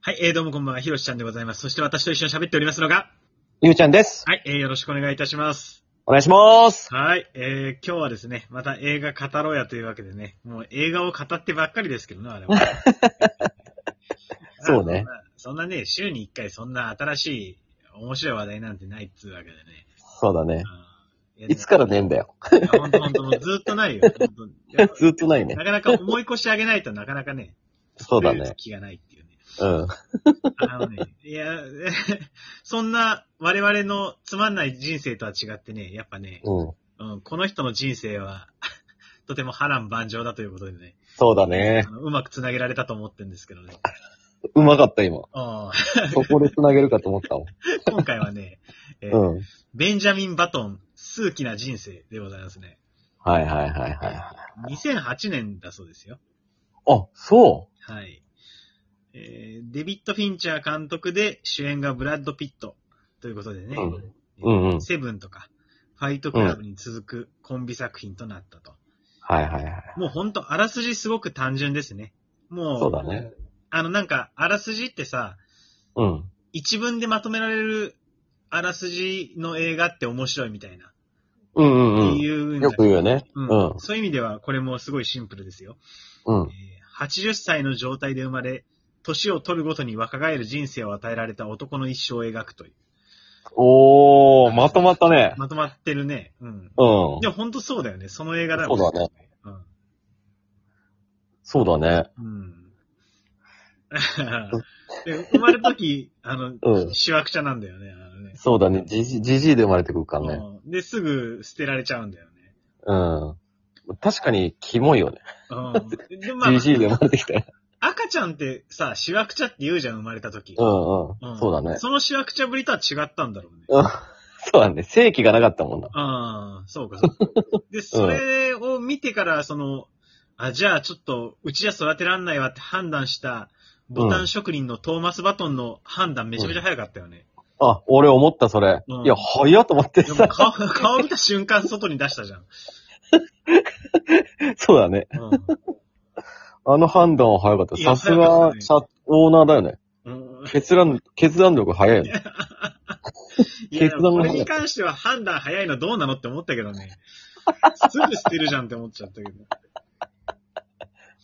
はい、えー、どうもこんばんは、ひろしちゃんでございます。そして私と一緒に喋っておりますのが、ゆうちゃんです。はい、えー、よろしくお願いいたします。お願いします。はい、えー、今日はですね、また映画語ろうやというわけでね、もう映画を語ってばっかりですけどね、あれは。 そうねあ。そんなそんなね、週に一回そんな新しい、面白い話題なんてないっつうわけでね。そうだね。うん いつからねえんだよ。いやほんとほんと、もうずっとないよ。ほ んとずっとないねな。かなか思い越し上げないとなかなかね、そうだ作れるね。気がないっていうね。うん。あのね、いや、 そんな我々のつまんない人生とは違ってね、やっぱね、うん。うん、この人の人生は、 とても波乱万丈だということでね、そうだねあ。のうまくつなげられたと思ってるんですけどね。うまかった今。うんそこで繋げるかと思ったも今回はね、えーん。うん。ベンジャミン・バトン、数奇な人生でございますね。はいはいはいはいはい。 2008年だそうですよ。あ、そはい。えーデビッド・フィンチャー監督で主演がブラッド・ピットということでね、うんうんうんセブンとか、ファイトクラブに続くコンビ作品となったと。う。はいはいはい。もうほんと、あらすじすごく単純ですね。もう、そうだね。あのなんか、あらすじってさ、うん。一文でまとめられるあらすじの映画って面白いみたいな。うんうんってう。いうんだよく言うよね。ううんん。そういう意味では、これもすごいシンプルですよ。うん。えー80歳の状態で生まれ、年を取るごとに若返る人生を与えられた男の一生を描くという。おー、まとまったね。まとまってるね。うん。うんで。も本当そうだよね。その映画だそうだね。うん。そうだね。うん。 で生まれた時、あの、うんしわくちゃなんだよね。あのねそうだね。じじ、じじいで生まれてくるからね。うんで、すぐ捨てられちゃうんだよね。うん。確かに、キモいよね。うん。で、まあじ、じいで生まれてきたよ。赤ちゃんってさ、しわくちゃって言うじゃん、生まれた時。うんうん。そうだね。そのしわくちゃぶりとは違ったんだろうね。うんそうだね。正規がなかったもんな。ああ、そう か。そうかで、それを見てから、その、あ、じゃあちょっと、うちじゃ育てらんないわって判断した、ボタン職人のトーマス・バトンの判断めちゃめちゃ早かったよね。あ、俺思った、それ。うんいや、早っと思ってでもさ。顔、顔見た瞬間外に出したじゃん。 そうだね。うあの判断は早かった。いやさす早かったがね、社、オーナーだよね。ん。うん決断、決断力早いよね。いや、決断こが早れいに関しては判断早いのどうなのって思ったけどね。すぐ捨てるじゃんって思っちゃったけど。い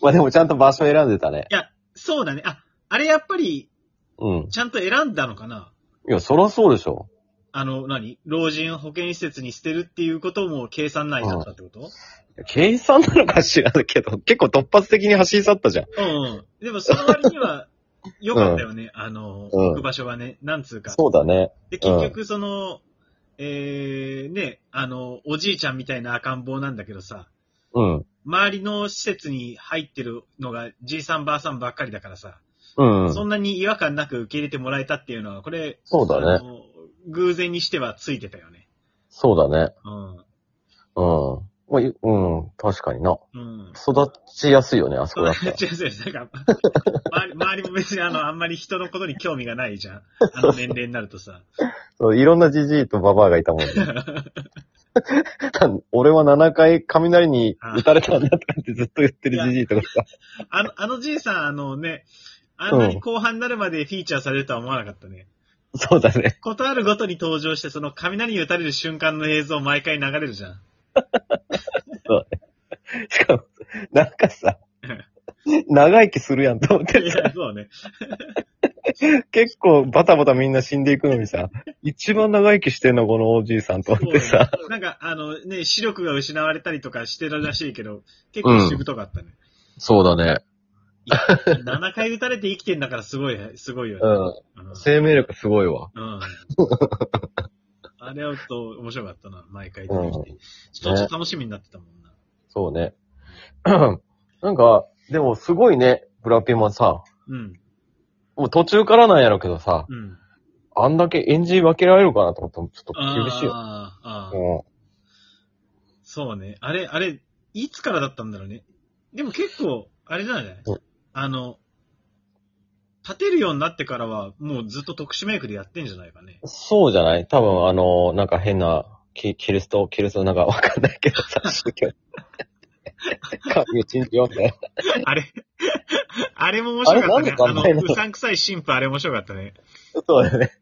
まあでもちゃんと場所選んでたね。や、そうだね。あ、あれやっぱり、うん。ちゃんと選んだのかないや、そらそうでしょ。あの、何老人保健施設に捨てるっていうことも計算内だったってこと計算なのか知らんけど、結構突発的に走り去ったじゃん。うんうん。でも、その割に は、良かったよね。あの、うん行く場所がね、なんつうか。そうだね。で、結局、その、えー、ね、あの、おじいちゃんみたいな赤ん坊なんだけどさ、うん。周りの施設に入ってるのが、じいさんばあさんばっかりだからさ、うんうん。そんなに違和感なく受け入れてもらえたっていうのは、これ、そうだあね。の偶然にしてはついてたよね。そうだね。うん。うん。まあ、いうん。確かにな。うん。育ちやすいよね、あそこだったら。 違う違う、 なんか、周り周りも別にあの、あんまり人のことに興味がないじゃん。あの年齢になるとさ。そう、いろんなじじいとババアがいたもんね。 俺は7回雷に撃たれたんだとかってずっと言ってるじじいとかさ。あの、あのじいさん、あのね、あんなに後半になるまでフィーチャーされるとは思わなかったね。そうだね。ことあるごとに登場して、その雷に打たれる瞬間の映像毎回流れるじゃん。しかも、なんかさうん、長生きするやんと思っていや、そうね。結構バタバタみんな死んでいくのにさ、一番長生きしてんのこのおじいさんと思ってさ。そうねなんか、あのね、視力が失われたりとかしてるらしいけど、結構しぶとかったね。そうだね。いや、7回打たれて生きてんだからすごい、すごいよね。ううんん。生命力すごいわ。 うん。あれはちょっと面白かったな、毎回出うてんきて。ちょっと楽しみになってたもんな。そうね。 なんか、でもすごいね、ブラピンはさ、うん、もう途中からなんやろうけどさ、うん。あんだけ演じ分けられるかなと思ったらちょっと厳しいよ。あーあー、うんそうね。あれ、あれ、いつからだったんだろうね。でも結構、あれじゃないうんあの、立てるようになってからは、もうずっと特殊メイクでやってんじゃないかね。そうじゃない多分あの、なんか変な、キキリスト、キリストなんかわかんない けどさ、宗教。神を信じようみたいな。あれ、 あれも面白かったね。ああれなんで考えないの、うさんくさい神父あれ面白かったね。そうだよね。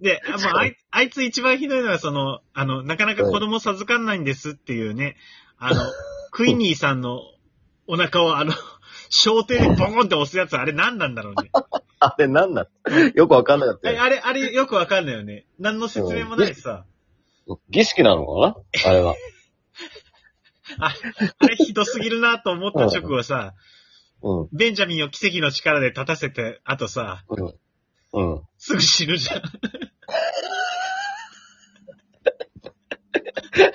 で、あもうあいあいつ一番ひどいのは、その、あの、なかなか子供授かんないんですっていうね、あ の、クイニーさんのお腹をあの、小手でボコンって押すやつ、あれ何なんだろうね。あれなんなんよくわかんなかっあたれ、よ。あれ、あれよくわかんないよね。何の説明もないしさ。儀式なのかなあれは。あれひどすぎるなと思った直後さ、うん。ベンジャミンを奇跡の力で立たせて、あとさ、うん。うん。すぐ死ぬじゃん。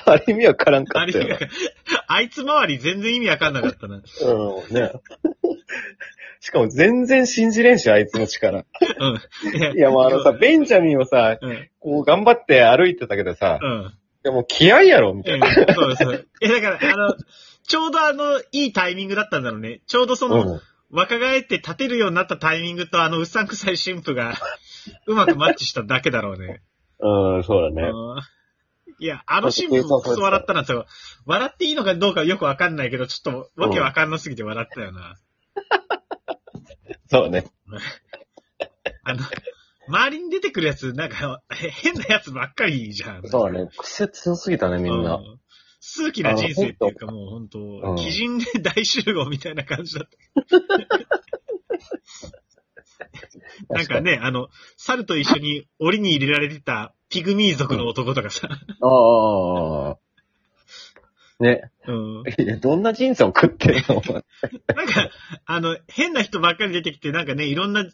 あれ意味わからんかあっれたよ。あいつ周り全然意味わかんなかったな。うん、ね。しかも全然信じれんし、あいつの力。うん。いや、もうあのさ、ベンジャミンをさ、 うん。こう頑張って歩いてたけどさ、うん。いやもう気合やろ、みたいええそうそう。え、だから、あの、ちょうどあの、いいタイミングだったんだろうね。ちょうどそな。の、うん。若返って立てるようになったタイミングと、あの、うさんくさい神父が、うまくマッチしただけだろうね。うん、そうだね。うんいや、あの神父もクソ笑ったなんてさ、笑っていいのかどうかよくわかんないけど、ちょっと、わけわかんなすぎて笑ったよな。そうね。あの、周りに出てくるやつ、なんか、へ変なやつばっかりじゃん。そうだね。癖強すぎたね、みんな。う。数奇な人生っていうかもう本当、うん鬼人で大集合みたいな感じだ った。なんかね、あの、猿と一緒に檻に入れられてたピグミー族の男とかさ、ああああ。ね。うん。いや、どんな人生送ってるのお前なんか、あの、変な人ばっかり出てきて、なんかね、いろんな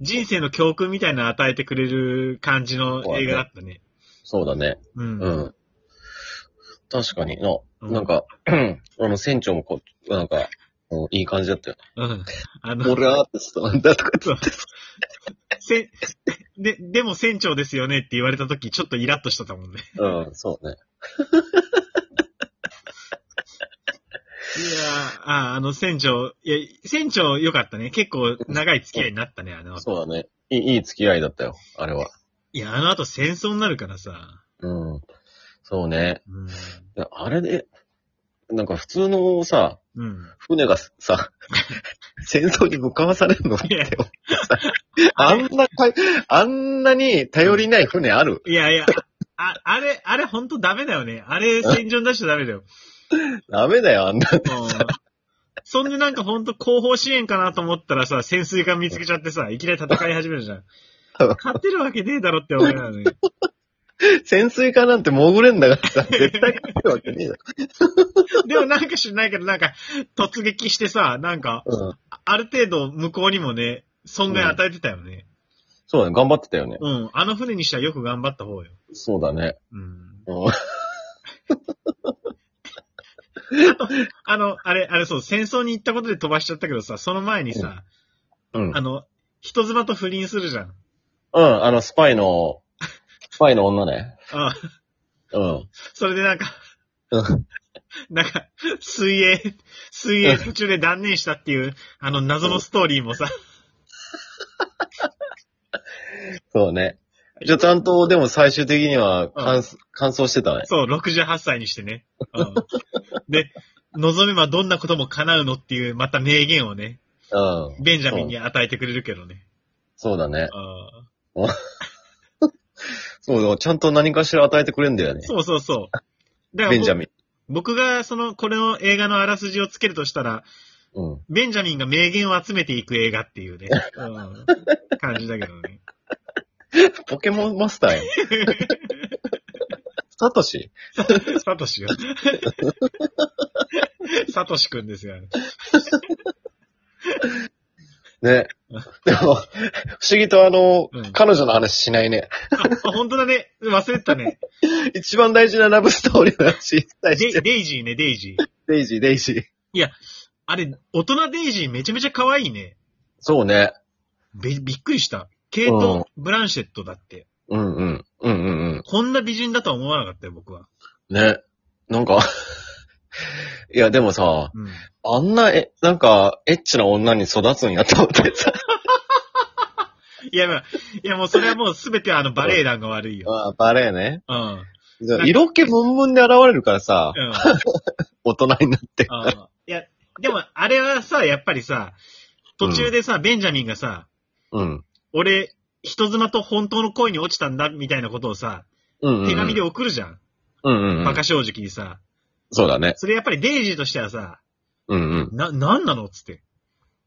人生の教訓みたいなの与えてくれる感じの映画だったね。 そうだね。うん。ううんん。確かにうんな、なんか、 あの、船長もこう、なんか、もういい感じだったよ。あの、 俺は、ちょっと、なんだとか言って。せんで、でも船長ですよねって言われた時、ちょっとイラッとしてたもんね。うん、そうね。いやーあー、あの、船長、いや、船長良かったね。結構長い付き合いになったね、あの後。そうだね。いい、いい付き合いだったよ、あれは。いや、あの後戦争になるからさ。うん。そうね。うん。いやあれで、なんか普通のさ、うん。船がさ、 戦争に向かわされるのっていや。あんなかい、あんなに頼りない船あるいやいや、あ、あれ、あれほんとダメだよね。あれ戦場に出しちゃダメだよ。ダメだよ、あんな。うんそんでなんかほんと後方支援かなと思ったらさ、潜水艦見つけちゃってさ、いきなり戦い始めるじゃん。勝てるわけねえだろって思いながらね。潜水艦なんて潜れんだからさ、絶対勝てるわけねえだでもなんか知らないけど、なんか突撃してさ、なんか、ろ。うん。ある程度向こうにもね、損害与えてたよね。そうだね、頑張ってたよね。うん。あの船にしてはよく頑張った方よ。そうだね。うん。うんあの、あれ、あれそう、戦争に行ったことで飛ばしちゃったけどさ、その前にさ、うん。あの、人妻と不倫するじゃん。うん、あの、スパイの、スパイの女ね。あうん。それでなんかうん、なんか、水泳、水泳途中で断念したっていう、あの謎のストーリーもさ、そうね。じゃあ、ちゃんと、でも最終的には、乾燥、乾燥してたね。そう、68歳にしてね。うん、で、望めばどんなことも叶うのっていう、また名言をね、うん。ベンジャミンに与えてくれるけどね。そうだね。あーそうだ、ちゃんと何かしら与えてくれんだよね。そうそうそう。だからベンジャミン。僕がその、これの映画のあらすじをつけるとしたら、うん。ベンジャミンが名言を集めていく映画っていうね、うん感じだけどね。ポケモンマスターやん。サトシ サトシよ。サトシくんですよ。ね。でも、不思議とあの、うん彼女の話しないね。あ、本当だね。忘れてたね。一番大事なラブストーリーの話、対しデてイデイジーね、デイジー。デイジー、デイジー。あれ、大人デイジーめちゃめちゃ可愛いね。そうね。びびっくりした。ケイト・ブランシェットだって。うんうん。うんうんうん。こんな美人だとは思わなかったよ、僕は。ね。なんか、いや、でもさ、 うん。あんな、え、なんか、エッチな女に育つんやと思っ てさ。いや、まあいやもうそれはもうすべてあのバレエ団が悪いよ。あバレーね。うん。色気ムンムンで現れるからさ、うん。大人になって。ああいや、でも、あれはさ、やっぱりさ、途中でさ、ベンジャミンがさ、うん。俺、人妻と本当の恋に落ちたんだ、みたいなことをさ、うん、うん。手紙で送るじゃん。うんうん、うバん。カ正直にさ。そうだね。それやっぱりデイジーとしてはさ、うんうん。な、なんなのっつって。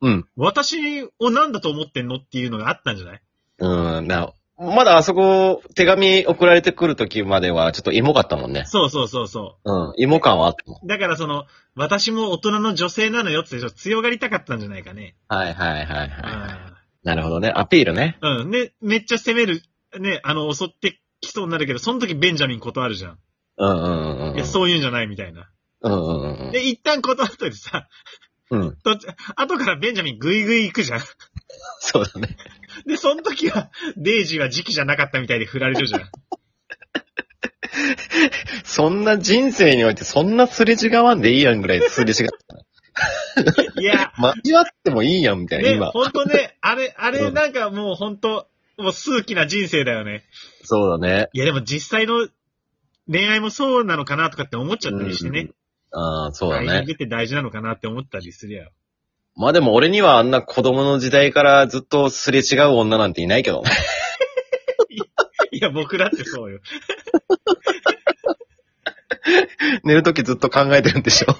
うん。私をなんだと思ってんのっていうのがあったんじゃないうん、な、まだあそこ、手紙送られてくる時までは、ちょっとエモかったもんね。そうそうそうそうん。エモ感はあったもん。う。だからその、私も大人の女性なのよってちょっと強がりたかったんじゃないかね。はいはいはいはい。なるほどね。アピールね。うん。うん。で、めっちゃ攻める、ね、あの、襲ってきそうになるけど、その時ベンジャミン断るじゃん。うんうんうんうん。いや、そういうんじゃないみたいな。うんうんうんで、一旦断っといてさ、うん。うん。と、後からベンジャミングイグイ行くじゃん。そうだね。で、その時は、デイジーは時期じゃなかったみたいで振られ るじゃん。そんな人生においてそんなすれ違わんでいいやんぐらいすれ違った。 いや、交わってもいいやんみたいな、ね、今。ほんと ね、あれ、あれうんなんかもうほんと、もう数奇な人生だよね。そうだね。いやでも実際の恋愛もそうなのかなとかって思っちゃったりしてうねん。ああ、そうだタイミンね。グって大事なのかなって思ったりするやろ。まあでも俺にはあんな子供の時代からずっとすれ違う女なんていないけどね。いや、僕だってそうよ。寝るときずっと考えてるんでしょ。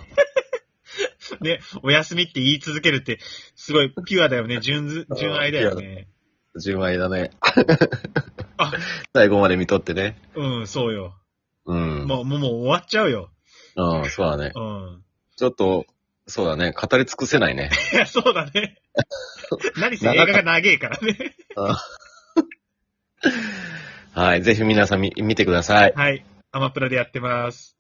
ね、お休みって言い続けるって、すごいピュアだよね。純ず、純愛だよね。純愛だねあ。最後まで見とってね。うん、そうよ。うん。もう、もう、もう終わっちゃうよ。うん、そうだね。うん。ちょっと、そうだね。語り尽くせないね。いや、そうだ ね。何せ映画が長えからね。はい。ぜひ皆さん見見てください。はい。アマプラでやってます。